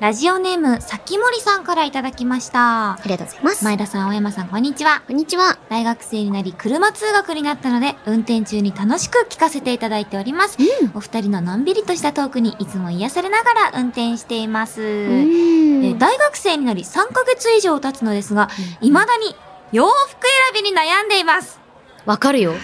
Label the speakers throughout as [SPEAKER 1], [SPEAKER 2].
[SPEAKER 1] ラジオネーム、さきもりさんからいただきました。
[SPEAKER 2] りがとうございます。
[SPEAKER 1] 前田さん、青山さん、こんにちは。
[SPEAKER 2] こんにちは。
[SPEAKER 1] 大学生になり、車通学になったので、運転中に楽しく聞かせていただいております。
[SPEAKER 2] うん。
[SPEAKER 1] お二人ののんびりとしたトークにいつも癒されながら運転しています。え
[SPEAKER 2] ん
[SPEAKER 1] ー大学生になり3ヶ月以上経つのですが、未だに洋服選びに悩んでいます。
[SPEAKER 2] わかるよ。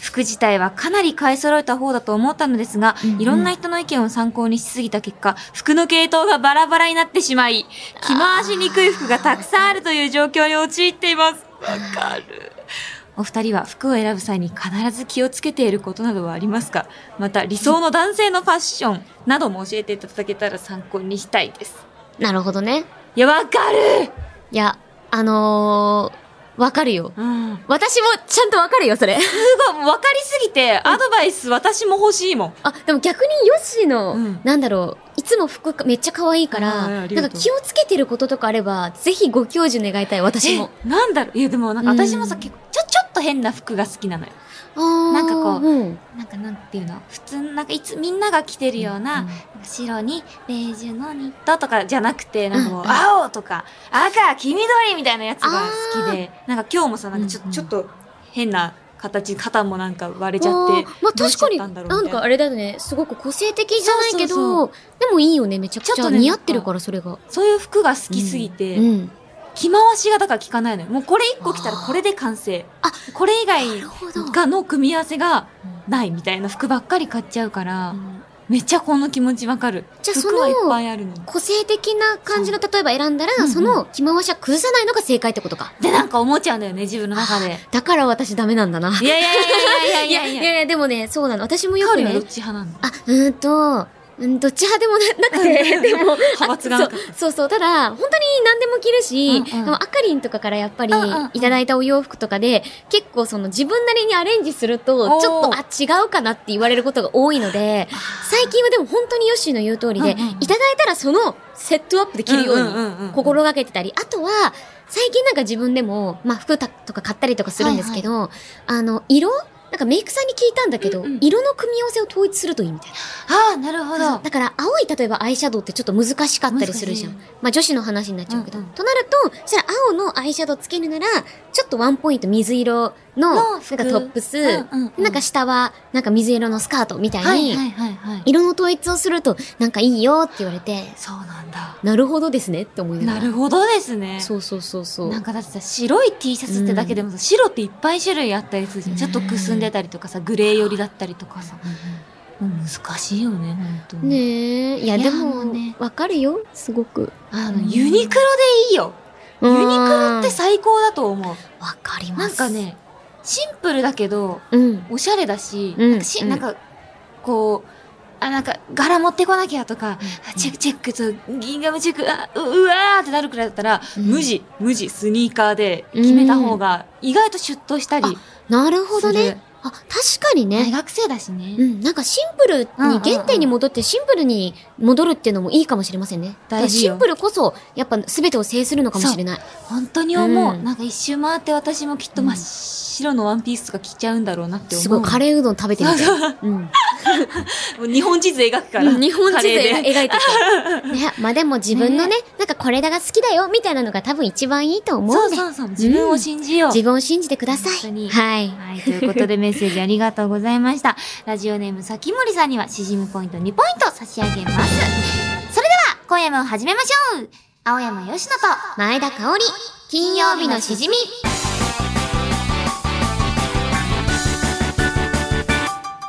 [SPEAKER 1] 服自体はかなり買い揃えた方だと思ったのですが、
[SPEAKER 2] うんうん
[SPEAKER 1] いろんな人の意見を参考にしすぎた結果、服の系統がバラバラになってしまい、着回しにくい服がたくさんあるという状況に陥っています。わかる。お二人は服を選ぶ際に必ず気をつけていることなどはありますかまた理想の男性のファッションなども教えていただけたら参考にしたいです。
[SPEAKER 2] なるほどね。
[SPEAKER 1] いや、わかる
[SPEAKER 2] いや、あのー、わかるよ。
[SPEAKER 1] うん。す
[SPEAKER 2] 私もちゃんとわかるよ、それ。
[SPEAKER 1] ごい、わかりすぎて、アドバイス私も欲しいもん。
[SPEAKER 2] あ、でも逆にヨッシーの、
[SPEAKER 1] うん
[SPEAKER 2] なんだろう、いつも服めっちゃ可愛いか
[SPEAKER 1] あー
[SPEAKER 2] ら、
[SPEAKER 1] あ
[SPEAKER 2] なん
[SPEAKER 1] りがとう
[SPEAKER 2] か気をつけてることとかあれば、ぜひご教授願いたい、私も。
[SPEAKER 1] えなんだろういやでもなんか私もさ、
[SPEAKER 2] うん
[SPEAKER 1] 結構ちょちょっと変な服が好きなのよ
[SPEAKER 2] な
[SPEAKER 1] なんかこう
[SPEAKER 2] うん、
[SPEAKER 1] なんかなんていうの普通なんかいつみんなが着てるような、
[SPEAKER 2] うん
[SPEAKER 1] 白にベージュのニットとかじゃなくてなんかもう
[SPEAKER 2] うんうん
[SPEAKER 1] 青とか赤黄緑みたいなやつが好きでなんか今日もさなんかちょ,、
[SPEAKER 2] うんうん
[SPEAKER 1] ちょっと変な形肩もなんか割れちゃって
[SPEAKER 2] あーまあ
[SPEAKER 1] どうし
[SPEAKER 2] 確
[SPEAKER 1] ちゃ
[SPEAKER 2] か
[SPEAKER 1] っ
[SPEAKER 2] に、
[SPEAKER 1] たんだろ
[SPEAKER 2] な
[SPEAKER 1] うんみたい
[SPEAKER 2] か
[SPEAKER 1] な
[SPEAKER 2] あれだよね、すごく個性的じゃないけど、
[SPEAKER 1] そう
[SPEAKER 2] でもいいよね、めちゃくち
[SPEAKER 1] ちょっと
[SPEAKER 2] ゃ
[SPEAKER 1] ね
[SPEAKER 2] 似合ってるから、それが。
[SPEAKER 1] そういう服が好きすぎて、
[SPEAKER 2] うん。
[SPEAKER 1] 着回しがだから効かないのよもうこれ1個着たらこれで完成
[SPEAKER 2] あ
[SPEAKER 1] これ以
[SPEAKER 2] な
[SPEAKER 1] 外
[SPEAKER 2] るほど。
[SPEAKER 1] がの組み合わせが
[SPEAKER 2] う
[SPEAKER 1] ないみたいな服ばっかり買っちゃうから、
[SPEAKER 2] ん
[SPEAKER 1] めっちゃこの気持ちわかる
[SPEAKER 2] じゃあそ
[SPEAKER 1] 服はいっぱ
[SPEAKER 2] の、
[SPEAKER 1] いあるのに
[SPEAKER 2] 個性的な感じの、例えば選んだら、
[SPEAKER 1] うんうん
[SPEAKER 2] その着回しは崩さないのが正解ってことか。
[SPEAKER 1] でなんか思っちゃうんだよね自分の中で
[SPEAKER 2] だから私ダメなんだな。
[SPEAKER 1] いやいやいやいやいやいやいや
[SPEAKER 2] いやでもね、そうなの。私も
[SPEAKER 1] カ
[SPEAKER 2] よ
[SPEAKER 1] ー
[SPEAKER 2] く
[SPEAKER 1] ルはど
[SPEAKER 2] ね
[SPEAKER 1] っ、ち派なの
[SPEAKER 2] あ、うーんと、うん、どっち派でもななくて、 でも、
[SPEAKER 1] 派閥がなんか
[SPEAKER 2] あそうそうそう、ただ、本当に何でも着るし、
[SPEAKER 1] うんうん
[SPEAKER 2] でも、あかりんとかからやっぱり
[SPEAKER 1] うんうんうん、
[SPEAKER 2] いただいたお洋服とかで、結構その自分なりにアレンジする
[SPEAKER 1] おー
[SPEAKER 2] と、ちょっと、あ、違うかなって言われることが多いので、最近はでも本当にヨッシーの言う通りで、
[SPEAKER 1] うんうんうん
[SPEAKER 2] いただいたらそのセットアップで着るよ
[SPEAKER 1] んんん
[SPEAKER 2] うに、心がけてたり、あとは、最近なんか自分でも、まあ、服たとか買ったりとかするんですけど、あの、色なんかメイクさんに聞いたんだけど、
[SPEAKER 1] うんうん
[SPEAKER 2] 色の組み合わせを統一するといいみたいな。
[SPEAKER 1] ああなるほど
[SPEAKER 2] だから青い例えばアイシャドウってちょっと難しかったりするじゃん。
[SPEAKER 1] 難
[SPEAKER 2] まあ女子の話になっちゃうけど。
[SPEAKER 1] うんうん
[SPEAKER 2] となると、そしたら青のアイシャドウつけるなら、ちょっとワンポイント水色の、なん
[SPEAKER 1] の
[SPEAKER 2] か
[SPEAKER 1] 服
[SPEAKER 2] トップス、
[SPEAKER 1] うんうんうん
[SPEAKER 2] なんか下は、なんか水色のスカートみたいに、
[SPEAKER 1] はいはいはいはい
[SPEAKER 2] 色の統一をすると、なんかいいよって言われて、
[SPEAKER 1] そうなんだ
[SPEAKER 2] なるほどですねって思いなが
[SPEAKER 1] な
[SPEAKER 2] ら。
[SPEAKER 1] るほどですね
[SPEAKER 2] そうそうそうそう。
[SPEAKER 1] なんかだってさ白い T シャツってだけでもさ、白っていっぱい種類あったりするじゃんちょっとくすんでたりとかさグレー寄りだったりとかさもう難しいよね本当に
[SPEAKER 2] ねえ。いや、
[SPEAKER 1] いや
[SPEAKER 2] でも、
[SPEAKER 1] も
[SPEAKER 2] わ、
[SPEAKER 1] うね
[SPEAKER 2] かるよ、すごく。
[SPEAKER 1] あのユニクロでいいよ
[SPEAKER 2] ユ
[SPEAKER 1] ユニクロって、最高だと思う。
[SPEAKER 2] わかり
[SPEAKER 1] な
[SPEAKER 2] ま
[SPEAKER 1] ん
[SPEAKER 2] す。
[SPEAKER 1] か、ね、シンプルだけど、
[SPEAKER 2] うん。
[SPEAKER 1] おしゃれだし、
[SPEAKER 2] うん
[SPEAKER 1] なんかし
[SPEAKER 2] うん
[SPEAKER 1] なんか、こう、あ、なんか、柄持ってこなきゃとか、あチェックチェックと、ギンガムチェック、あ、ううわーってなるくらいだったら、
[SPEAKER 2] うん
[SPEAKER 1] 無地、無地、スニーカーで決めた方が、意外とシュッとしたり
[SPEAKER 2] あなるほ
[SPEAKER 1] す
[SPEAKER 2] ど
[SPEAKER 1] る
[SPEAKER 2] ね。あ、確かに
[SPEAKER 1] 大
[SPEAKER 2] ね。
[SPEAKER 1] 学生だしね。
[SPEAKER 2] うん、なんかシンプルに、
[SPEAKER 1] うんうんうん
[SPEAKER 2] 原点に戻ってシンプルに戻るっていうのもいいかもしれませんね。だから
[SPEAKER 1] 大事よ
[SPEAKER 2] シンプルこそ、やっぱ全てを制するのかもしれない。
[SPEAKER 1] 本当に思う。
[SPEAKER 2] うん
[SPEAKER 1] なんか一周回って私もきっと真っ白のワンピースとか着ちゃうんだろうなって思う。
[SPEAKER 2] すごい、カレーうどん食べてみた い。うん。
[SPEAKER 1] もう日本地図描くから。
[SPEAKER 2] 日本地
[SPEAKER 1] カ
[SPEAKER 2] 図
[SPEAKER 1] レーで
[SPEAKER 2] 描いて て。ね、まあでも自分のね、なんかこれだが好きだよ、みたいなのが多分一番いいと思う
[SPEAKER 1] そ
[SPEAKER 2] ん
[SPEAKER 1] う
[SPEAKER 2] で。
[SPEAKER 1] そうそう。自分を信じよう。
[SPEAKER 2] 自分を信じてくださ
[SPEAKER 1] 本当
[SPEAKER 2] い。
[SPEAKER 1] に
[SPEAKER 2] はい。
[SPEAKER 1] はい、ということでメッセージありがとうございました。ラジオネームさきもりさんにはしじみポイント2ポイント差し上げます。それでは、今夜も始めましょう青山よしのと、
[SPEAKER 2] 前田香織、金曜日のしじみ。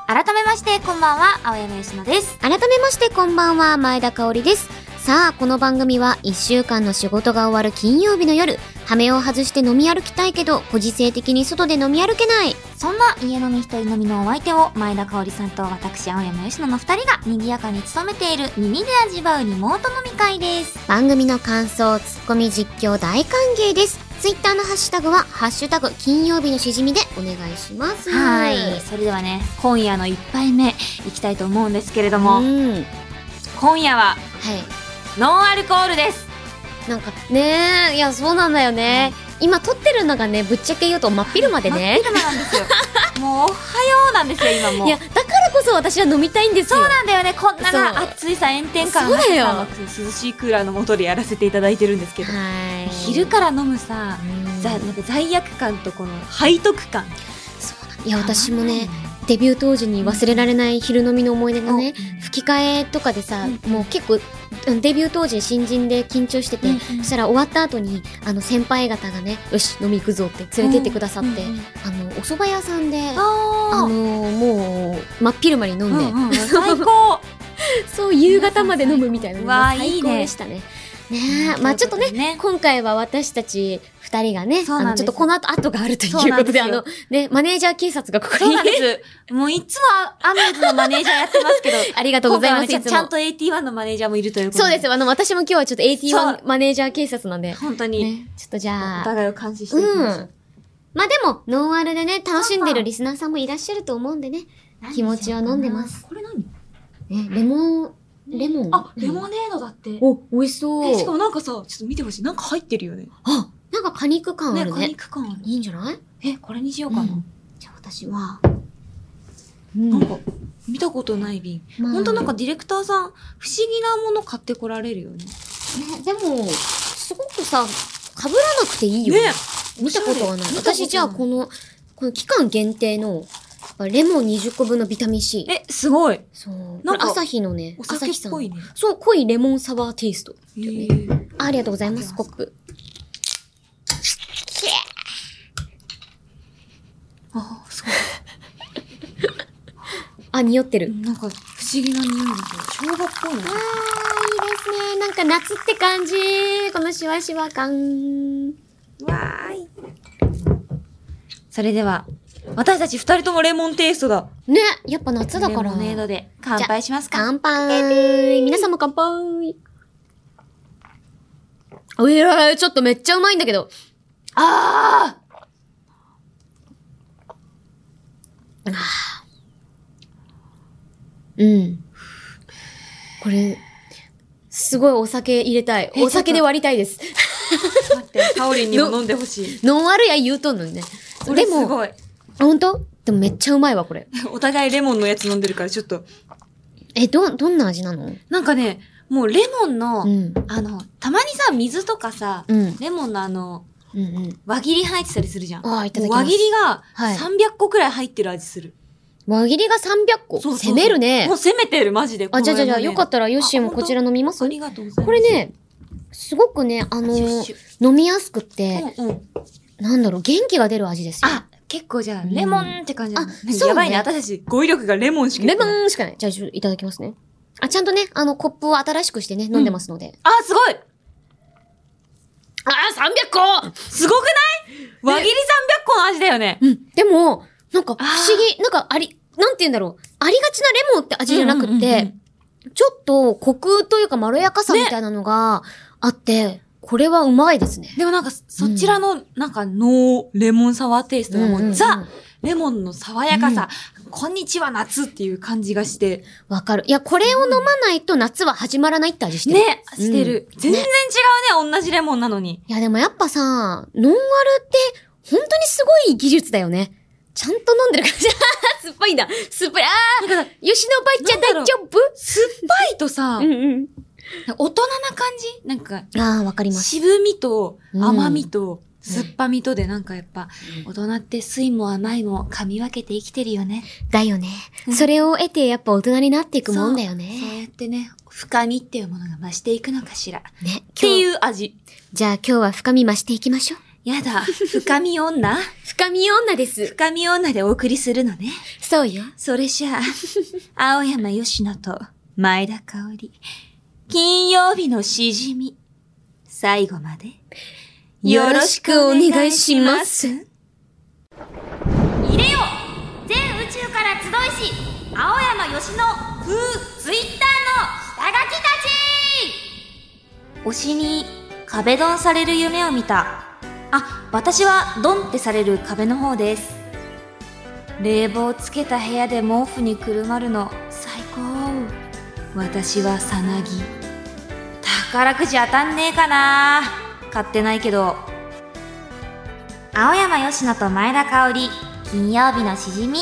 [SPEAKER 1] 改めまして、こんばんは、青山よしのです。
[SPEAKER 2] 改めましてこんばんは、前田香織です。さあ、この番組は一週間の仕事が終わる金曜日の夜、羽目を外して飲み歩きたいけど、ご時世的に外で飲み歩けない。
[SPEAKER 1] そんな家飲み一人飲みのお相手を、前田香織さんと私、青山よしのの二人が、賑やかに務めている、耳で味わうリモート飲み会です。
[SPEAKER 2] 番組の感想、ツッコミ、実況大歓迎です。ツイッターのハッシュタグは、ハッシュタグ、金曜日のしじみでお願いします。
[SPEAKER 1] はい。。それではね、今夜の一杯目、いきたいと思うんですけれど
[SPEAKER 2] う
[SPEAKER 1] も、
[SPEAKER 2] ん。は
[SPEAKER 1] 今夜は、
[SPEAKER 2] い。
[SPEAKER 1] ノンアルコールです。
[SPEAKER 2] なんか、ねえ、いや、そうなんだよね。今撮ってるのがね、ぶっちゃけ言うと真っ昼までね。
[SPEAKER 1] 真っ昼間なんですよ。もうおはようなんですよ、今もう。
[SPEAKER 2] いや、だからここそ私は飲みたいんですよ。
[SPEAKER 1] そうなんだよね、こんなな
[SPEAKER 2] そう
[SPEAKER 1] 暑いさ、炎天下の
[SPEAKER 2] そうだよ
[SPEAKER 1] 中の涼しいクーラーの下でやらせていただいてるんですけど、
[SPEAKER 2] はい。
[SPEAKER 1] 昼から飲むさ、
[SPEAKER 2] うん
[SPEAKER 1] ざなんか罪悪感とこの背徳感。
[SPEAKER 2] いや、私もね、デビュー当時に忘れられない昼飲みの思い出がね、吹き替えとかでさ、
[SPEAKER 1] うん
[SPEAKER 2] もう結構、うんデビュー当時新人で緊張してて、
[SPEAKER 1] うんうん
[SPEAKER 2] そしたら終わった後に、あの先輩方がね、よし、飲み行くぞって連れてってくださって、
[SPEAKER 1] うんうんうん
[SPEAKER 2] あの、お蕎麦屋さんで、あ
[SPEAKER 1] あ
[SPEAKER 2] のもう、真っ昼間に飲
[SPEAKER 1] ー
[SPEAKER 2] んで、
[SPEAKER 1] うんうん最 高
[SPEAKER 2] そう、夕方まで飲むみたいなの
[SPEAKER 1] うわ
[SPEAKER 2] が
[SPEAKER 1] ー
[SPEAKER 2] 最高
[SPEAKER 1] いいね
[SPEAKER 2] でしたね。ねえ、まあちょっと ね、
[SPEAKER 1] ね、
[SPEAKER 2] 今回は私たち二人がね、
[SPEAKER 1] そう
[SPEAKER 2] あ
[SPEAKER 1] なん
[SPEAKER 2] の
[SPEAKER 1] で
[SPEAKER 2] ち
[SPEAKER 1] す
[SPEAKER 2] ょっとこの後後があるとい
[SPEAKER 1] そう
[SPEAKER 2] う
[SPEAKER 1] なんで
[SPEAKER 2] こと
[SPEAKER 1] す
[SPEAKER 2] で、
[SPEAKER 1] よ
[SPEAKER 2] あの、ね、マネージャー警察がここ
[SPEAKER 1] そうなんで
[SPEAKER 2] に、
[SPEAKER 1] す。もういつもアメーズのマネージャーやってますけど、
[SPEAKER 2] ありがとうございます、
[SPEAKER 1] 今回はね
[SPEAKER 2] い
[SPEAKER 1] ちゃ
[SPEAKER 2] つ
[SPEAKER 1] ちゃん
[SPEAKER 2] も。
[SPEAKER 1] と AT1 のマネージャーもいるということ
[SPEAKER 2] そうですよ、あの、私も今日はちょっと
[SPEAKER 1] そう
[SPEAKER 2] AT1 マネージャー警察なんで、
[SPEAKER 1] 本当に、
[SPEAKER 2] ね、ちょっとじ
[SPEAKER 1] お
[SPEAKER 2] ゃあ、
[SPEAKER 1] 互いを監視していきましょう。
[SPEAKER 2] まあでも、ノンアルでね、楽しんでるリスナーさんもいらっしゃると思うんでね、
[SPEAKER 1] 何
[SPEAKER 2] 気持ちは飲んでます。
[SPEAKER 1] これ何
[SPEAKER 2] ねレモン、レモン
[SPEAKER 1] あ、レモネードだって。
[SPEAKER 2] お、美味しそ
[SPEAKER 1] えしかも
[SPEAKER 2] う。
[SPEAKER 1] なんかさ、ちょっと見てほしい。なんか入ってるよね。
[SPEAKER 2] あ、なんか果肉感あ
[SPEAKER 1] ね、
[SPEAKER 2] る
[SPEAKER 1] 果
[SPEAKER 2] ね。
[SPEAKER 1] 肉感ある。
[SPEAKER 2] いいんじゃない
[SPEAKER 1] え、これにしようかな。
[SPEAKER 2] うんじゃあ私は、
[SPEAKER 1] なんか、見たことない瓶。
[SPEAKER 2] まあ
[SPEAKER 1] ほんとなんかディレクターさん、不思議なもの買ってこられるよね。
[SPEAKER 2] ね、でも、すごくさ、被らなくていいよ。
[SPEAKER 1] ね
[SPEAKER 2] 見たことはない。
[SPEAKER 1] おしゃれ
[SPEAKER 2] 私じゃあこの、この期間限定の、レモン20個分のビタミン C。
[SPEAKER 1] え、すごい。
[SPEAKER 2] そう。
[SPEAKER 1] なん
[SPEAKER 2] これ
[SPEAKER 1] か
[SPEAKER 2] 朝日のね、
[SPEAKER 1] お
[SPEAKER 2] 朝
[SPEAKER 1] 酒っ
[SPEAKER 2] 日さん
[SPEAKER 1] ぽい
[SPEAKER 2] の。
[SPEAKER 1] ね。
[SPEAKER 2] そう、濃いレモンサワーテイスト。
[SPEAKER 1] へ
[SPEAKER 2] ね
[SPEAKER 1] ー
[SPEAKER 2] あありがとうございます、
[SPEAKER 1] あり
[SPEAKER 2] コ
[SPEAKER 1] が
[SPEAKER 2] ップ。
[SPEAKER 1] あ、す
[SPEAKER 2] あ、匂って
[SPEAKER 1] ご
[SPEAKER 2] る。
[SPEAKER 1] い。なんか、不思議な匂いがする。生姜っぽいね
[SPEAKER 2] あ。ー、いいですね。なんか夏って感じ。このシワシワ感。
[SPEAKER 1] わーい。それでは、私たち二人ともレモンテイストだ。
[SPEAKER 2] ね、やっぱ夏だか
[SPEAKER 1] レ
[SPEAKER 2] ら
[SPEAKER 1] モ。ネードで乾杯しますか。
[SPEAKER 2] 乾杯皆さんも乾杯おいやいちょっとめっちゃうまいんだけど。
[SPEAKER 1] あー
[SPEAKER 2] うん。これ、すごいお酒入れたい。
[SPEAKER 1] え
[SPEAKER 2] お酒で割りたいです。
[SPEAKER 1] 待って、カオリンに も飲んでほしい。
[SPEAKER 2] ノンアルや言うとんのにね。
[SPEAKER 1] こ
[SPEAKER 2] で
[SPEAKER 1] れす
[SPEAKER 2] も、
[SPEAKER 1] ごい。
[SPEAKER 2] ほんとでもめっちゃうまいわ、これ。
[SPEAKER 1] お互いレモンのやつ飲んでるから、ちょっと。
[SPEAKER 2] え、ど、どんな味なの
[SPEAKER 1] なんかね、もうレモンの、
[SPEAKER 2] うん。
[SPEAKER 1] あの、たまにさ、水とかさ、
[SPEAKER 2] うん。
[SPEAKER 1] レモンのあの、
[SPEAKER 2] うんうん。
[SPEAKER 1] 輪切り入ってたりするじゃん。
[SPEAKER 2] ああ、いた
[SPEAKER 1] も
[SPEAKER 2] だ
[SPEAKER 1] う
[SPEAKER 2] きま
[SPEAKER 1] 輪
[SPEAKER 2] す。
[SPEAKER 1] 切りが
[SPEAKER 2] はい
[SPEAKER 1] 300個くらい入ってる味する。
[SPEAKER 2] 輪切りが300個。
[SPEAKER 1] そうそうそう
[SPEAKER 2] 攻めるね
[SPEAKER 1] もう。攻めてる、マジで。
[SPEAKER 2] あ、じゃあじゃあじゃあ、よか
[SPEAKER 1] っ
[SPEAKER 2] ったらヨッシーも
[SPEAKER 1] あほんと
[SPEAKER 2] こちら飲みます
[SPEAKER 1] ありがとうございます。
[SPEAKER 2] これ、ね、すごくね、あの
[SPEAKER 1] シュ
[SPEAKER 2] ー
[SPEAKER 1] ッシュ
[SPEAKER 2] 飲みやすくって、
[SPEAKER 1] うんうん。
[SPEAKER 2] なんだろう、元気が出る味ですよ。
[SPEAKER 1] あ、結構じゃあ、
[SPEAKER 2] うん
[SPEAKER 1] レモンって感じだね
[SPEAKER 2] あそうね
[SPEAKER 1] やばいね、私たち語彙力がレモンしか言
[SPEAKER 2] レ
[SPEAKER 1] って
[SPEAKER 2] モ
[SPEAKER 1] ない。
[SPEAKER 2] ンしかない。じゃあ、ちょっといただきますね。あ、ちゃんとね、あの、コップを新しくしてね、飲んでますので。
[SPEAKER 1] あ、すごい
[SPEAKER 2] ああ、300個
[SPEAKER 1] すごくない輪切り300個の味だよね。
[SPEAKER 2] うん。でも、なんか不
[SPEAKER 1] あー
[SPEAKER 2] 思議、なんかあり、なんて言うんだろう。ありがちなレモンって味じゃなくって、
[SPEAKER 1] うんうんうん
[SPEAKER 2] ちょっとコクというかまろやかさみたいなのがあって、これはうまいですね。
[SPEAKER 1] でもなんか、そちらの、なんか、ノーレモンサワーテイストがも
[SPEAKER 2] うんうんう
[SPEAKER 1] う、
[SPEAKER 2] ん
[SPEAKER 1] ザレモンの爽やかさ、こんにちは夏っていう感じがして、
[SPEAKER 2] わかる。いや、これを飲まないと夏は始まらないって味してる。
[SPEAKER 1] ね、してる。全然違うね、同じレモンなのに。
[SPEAKER 2] いや、でもやっぱさ、ノンアルって、本当にすごい技術だよね。ちゃんと飲んでる感じ。あー酸っぱいんだ。酸っぱい。あ
[SPEAKER 1] なんか
[SPEAKER 2] ー、吉野ばいちゃん
[SPEAKER 1] な
[SPEAKER 2] 大
[SPEAKER 1] んだろう
[SPEAKER 2] 丈夫
[SPEAKER 1] 酸っぱいとさ、
[SPEAKER 2] うん
[SPEAKER 1] 大人な感じなんか、
[SPEAKER 2] うん。あー、わかります。
[SPEAKER 1] 渋みと甘みと酸っぱみとでなんかやっぱ、大人って酸いも甘いも噛み分けて生きてるよね。
[SPEAKER 2] だよね。それを得て、やっぱ大人になっていくもんだよ
[SPEAKER 1] そう
[SPEAKER 2] ね。
[SPEAKER 1] やってね、深みっていうものが増していくのかしら。っ
[SPEAKER 2] ね。
[SPEAKER 1] て
[SPEAKER 2] 今日、
[SPEAKER 1] いう味。
[SPEAKER 2] じゃあ今日は深み増していきましょう。
[SPEAKER 1] やだ、深み女
[SPEAKER 2] 深み女です。
[SPEAKER 1] 深み女でお送りするのね。
[SPEAKER 2] そうよ。
[SPEAKER 1] それじゃ あ、青山吉野と前田香織、金曜日のしじみ、最後まで、よろしくお願いします。入れよ全宇宙から集いし、青山吉野風ツイッターの下書きたち推しに壁ドンされる夢を見た。あ、私はドンってされる壁の方です。冷房つけた部屋で毛布にくるまるの最高私はさなぎ宝くじ当たんねえかな買ってないけど青山佳乃と前田香織金曜日のしじみ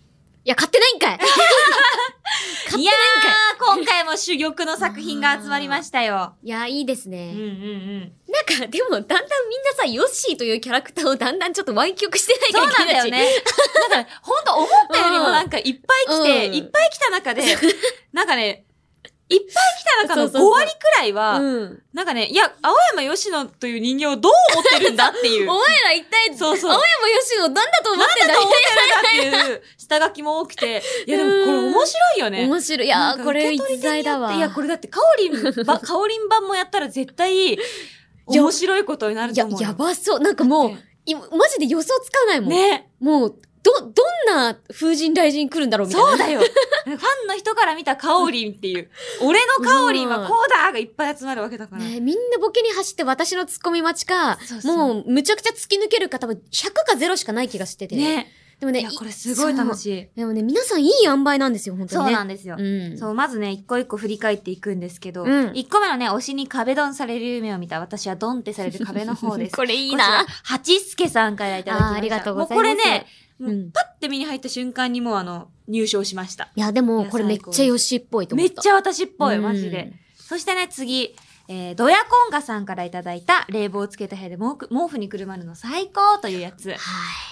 [SPEAKER 2] かい
[SPEAKER 1] いやー、今回も珠玉の作品が集まりましたよ。
[SPEAKER 2] いや、いいです
[SPEAKER 1] うんうん
[SPEAKER 2] ね。
[SPEAKER 1] うん。
[SPEAKER 2] なんか、でも、だんだんみんなさ、ヨッシーというキャラクターをだんだんちょっと歪曲してない
[SPEAKER 1] そ
[SPEAKER 2] か
[SPEAKER 1] う
[SPEAKER 2] ら
[SPEAKER 1] なんだよね。なんか、ほんと思ったよりもなんかいっぱい来て、
[SPEAKER 2] うん
[SPEAKER 1] いっぱい来た中 で、なんかね、いっぱい来た中の
[SPEAKER 2] そうそ
[SPEAKER 1] 5
[SPEAKER 2] うそう
[SPEAKER 1] 割くらいは、
[SPEAKER 2] うん。
[SPEAKER 1] なんかね、いや、青山吉野という人形をどう思ってるんだっていう。
[SPEAKER 2] お
[SPEAKER 1] 思っ
[SPEAKER 2] 前ら一体、
[SPEAKER 1] そうそう
[SPEAKER 2] 青山よしをなんだと思ってんだ
[SPEAKER 1] てるんだっていう下書きも多く て。いや、でもこれ面白いよね。
[SPEAKER 2] 面白い。い
[SPEAKER 1] な
[SPEAKER 2] や
[SPEAKER 1] ん
[SPEAKER 2] ー、
[SPEAKER 1] か
[SPEAKER 2] これ
[SPEAKER 1] 受け取
[SPEAKER 2] 逸
[SPEAKER 1] り手によ
[SPEAKER 2] 材
[SPEAKER 1] って
[SPEAKER 2] だわ。
[SPEAKER 1] いや、これだって、カオリンば、カオリン版もやったら絶対、面白いことになる
[SPEAKER 2] い
[SPEAKER 1] と
[SPEAKER 2] や
[SPEAKER 1] 思うよ。
[SPEAKER 2] やばそう。なんかもう、いマジで予想つかないもん。
[SPEAKER 1] ね。
[SPEAKER 2] もう、ど、どんな風神雷神来るんだろうみたいな。
[SPEAKER 1] そうだよ。フ ァンの人から見たカオリンっていう、俺のカオリンはこうだがいっぱい集まるわけだから。
[SPEAKER 2] ね、みんなボケに走って私のツッコミ待ちか、
[SPEAKER 1] そうそう
[SPEAKER 2] もうむちゃくちゃ突き抜けるか多分100か0しかない気がしてて。
[SPEAKER 1] ね。
[SPEAKER 2] でも
[SPEAKER 1] い
[SPEAKER 2] ね、
[SPEAKER 1] や、これすごい楽
[SPEAKER 2] い。
[SPEAKER 1] しい。
[SPEAKER 2] でもね、皆さんいい塩梅なんですよ、本当
[SPEAKER 1] そ
[SPEAKER 2] に
[SPEAKER 1] う
[SPEAKER 2] ね。
[SPEAKER 1] なんですよ。
[SPEAKER 2] うん。
[SPEAKER 1] そう、まずね、一個一個振り返っていくんですけど、一
[SPEAKER 2] うん
[SPEAKER 1] 個目のね、推しに壁ドンされる夢を見た、私はドンってされる壁の方です
[SPEAKER 2] 。これいい
[SPEAKER 1] こ
[SPEAKER 2] な
[SPEAKER 1] ちら。八助さんからいただきました。
[SPEAKER 2] あーありがとうござい
[SPEAKER 1] もうこ
[SPEAKER 2] ます
[SPEAKER 1] れね、
[SPEAKER 2] う
[SPEAKER 1] うんん、パッて目に入った瞬間にもうあの、入賞しました。
[SPEAKER 2] いや、で
[SPEAKER 1] い
[SPEAKER 2] も
[SPEAKER 1] や
[SPEAKER 2] これめっちゃヨシっぽいと思
[SPEAKER 1] め
[SPEAKER 2] っ。
[SPEAKER 1] ったちゃ私っぽい、
[SPEAKER 2] うん
[SPEAKER 1] マジで。。そしてね、次、えー、ドヤコンガさんからいただいた、冷房をつけた部屋で毛布毛布にくるまるの最高というやつ。
[SPEAKER 2] はい。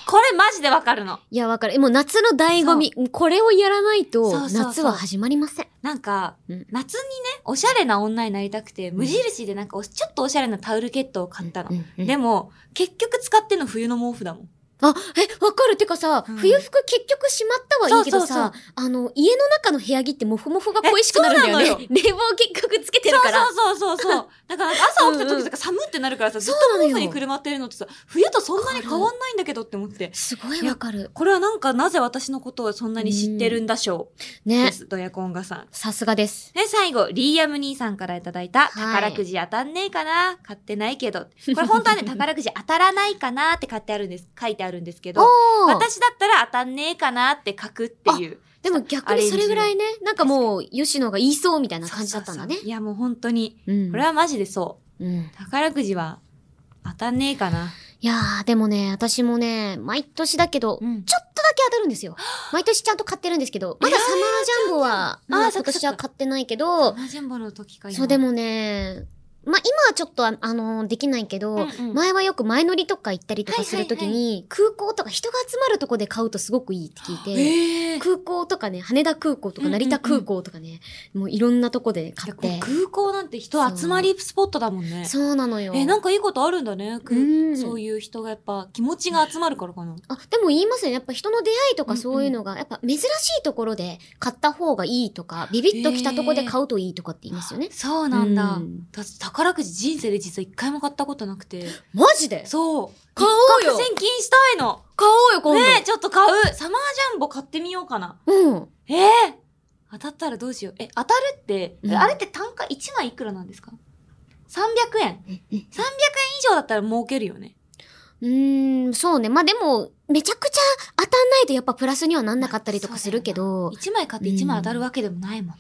[SPEAKER 1] これマジでわかるの。
[SPEAKER 2] いや、わかる。もう夏の醍醐味。これをやらない
[SPEAKER 1] そう
[SPEAKER 2] と、
[SPEAKER 1] そうそう
[SPEAKER 2] 夏は始まりません。
[SPEAKER 1] なんか、
[SPEAKER 2] うん
[SPEAKER 1] 夏にね、おしゃれな女になりたくて、無印でなんかお、ちょっとおしゃれなタオルケットを買ったの。
[SPEAKER 2] うんうん
[SPEAKER 1] でも、結局使ってんの冬の毛布だもん。
[SPEAKER 2] あ、え、わかる。てかさ、
[SPEAKER 1] うん
[SPEAKER 2] 冬服結局しまったはいいけど
[SPEAKER 1] そうそう
[SPEAKER 2] さ、あの、家の中の部屋着ってもふもふが恋しくなるんだよ
[SPEAKER 1] え
[SPEAKER 2] ね
[SPEAKER 1] そうなの。
[SPEAKER 2] 冷房結局つけてるから。
[SPEAKER 1] そうそうそうそうそう。だから朝起きた時とか寒ってなるからさ、ずっ
[SPEAKER 2] そうな
[SPEAKER 1] と
[SPEAKER 2] の
[SPEAKER 1] 毛布
[SPEAKER 2] よ
[SPEAKER 1] にくるまってるのってさ、冬とそんなに変わんないんだけどって思って。
[SPEAKER 2] すごいわかる。
[SPEAKER 1] これはなんかなぜ私のことをそんなに知ってるんだしょうで
[SPEAKER 2] ね。
[SPEAKER 1] す、ドヤコンガさん。
[SPEAKER 2] さすがです。
[SPEAKER 1] で、最後、リーアム兄さんからいただいた、
[SPEAKER 2] はい
[SPEAKER 1] 宝くじ当たんねえかな、買ってないけど。これ本当はね、 宝くじ当たらないかなって買ってあるんです、書いてあるんですけ
[SPEAKER 2] お
[SPEAKER 1] ど、
[SPEAKER 2] ー
[SPEAKER 1] 私だったら当たんねえかなって書くっていう。
[SPEAKER 2] でも逆にそれぐらいね、なんかもう、吉野が言いそうみたいな感じだったんだね
[SPEAKER 1] そうそうそう。いや、もう本当に、
[SPEAKER 2] うん
[SPEAKER 1] これはマジでそう。
[SPEAKER 2] うん。
[SPEAKER 1] 宝くじは当たんねえかな。
[SPEAKER 2] いやー、でもね、私もね、毎年だけど、ちょっ
[SPEAKER 1] ん。
[SPEAKER 2] とだけ当たるん ですよ。毎年ちゃんと買ってるんですけど、まだサマージャンボは、
[SPEAKER 1] えー
[SPEAKER 2] ま
[SPEAKER 1] そっ
[SPEAKER 2] だ今
[SPEAKER 1] かそっか
[SPEAKER 2] 年は買ってないけど、
[SPEAKER 1] マジャンボの時か今
[SPEAKER 2] そうで、もね、まあ、今はちょっとあ、あの、できないけど、
[SPEAKER 1] うんうん
[SPEAKER 2] 前はよく前乗りとか行ったりとかするときに、
[SPEAKER 1] はいは
[SPEAKER 2] 空港とか人が集まるとこで買うとすごくいいって聞いて、
[SPEAKER 1] ええ
[SPEAKER 2] 空港とかね、羽田空港とか成田空港とかね、もういろんなとこで買っ
[SPEAKER 1] いや
[SPEAKER 2] て
[SPEAKER 1] こ。う空港なんて人集まりスポットだもんね。
[SPEAKER 2] そうなのよ。
[SPEAKER 1] え、なんかいいことあるんだね。空
[SPEAKER 2] うん
[SPEAKER 1] そういう人がやっぱ気持ちが集まるからかな。
[SPEAKER 2] あ、でも言いますよね。やっぱ人の出会いと
[SPEAKER 1] う
[SPEAKER 2] か
[SPEAKER 1] んうん
[SPEAKER 2] そういうのが、やっぱ珍しいところで買った方がいいとか、ビビッと来たとこで買うといいとかって言いますよね。
[SPEAKER 1] そうなんだ。
[SPEAKER 2] うん
[SPEAKER 1] だって宝くじ人生で実は一回も買ったことなくて。
[SPEAKER 2] マジで
[SPEAKER 1] そう。
[SPEAKER 2] 買おうよ
[SPEAKER 1] 一攫千金したいの。
[SPEAKER 2] 買おうよ、今度。
[SPEAKER 1] ねえ、ちょっと買う。サマージャンボ買ってみようかな。
[SPEAKER 2] うん。
[SPEAKER 1] ええ当たったらどうしよう。え、当たるって、
[SPEAKER 2] うん
[SPEAKER 1] あれって単価1枚いくらなんですか ?300 円。300
[SPEAKER 2] え
[SPEAKER 1] 円以上だったら儲けるよね。
[SPEAKER 2] うーん、そうね。まあでも、めちゃくちゃ当たんないとやっぱプラスにはなんなかったりとかするけど、
[SPEAKER 1] 1枚買って1枚当たるわけでもないもん。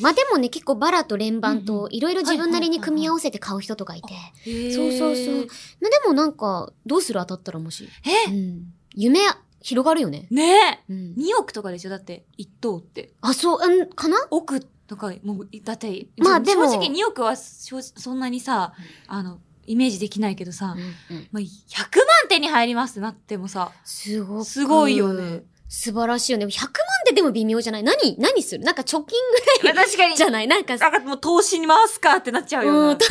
[SPEAKER 2] まあでもね、結構バラと連番
[SPEAKER 1] うん
[SPEAKER 2] と
[SPEAKER 1] う
[SPEAKER 2] いろいろ自分なりに組み合わせて買う人とかいて。
[SPEAKER 1] へえ
[SPEAKER 2] そうそうそう。まあでもなんか、どうする当たったらもし。う
[SPEAKER 1] え、
[SPEAKER 2] ん。夢、広がるよね。
[SPEAKER 1] ねえ。
[SPEAKER 2] うん。
[SPEAKER 1] 2億とかでしょだって、1等って。
[SPEAKER 2] あ、そう、うん、かな
[SPEAKER 1] 億とか、もう、だって、
[SPEAKER 2] まあでも
[SPEAKER 1] 正直2億は正直そんなにさ、あの、イメージできないけどさ、まあ、100万手に入りますってなってもさ、
[SPEAKER 2] すごく。
[SPEAKER 1] すごいよね。
[SPEAKER 2] 素晴らしいよね。100万ってでも微妙じゃない何、何するなんか貯金ぐ
[SPEAKER 1] まあ確かに
[SPEAKER 2] らいじゃないなんか、
[SPEAKER 1] なんかもう投資に回すかってなっちゃうよな。
[SPEAKER 2] うん、投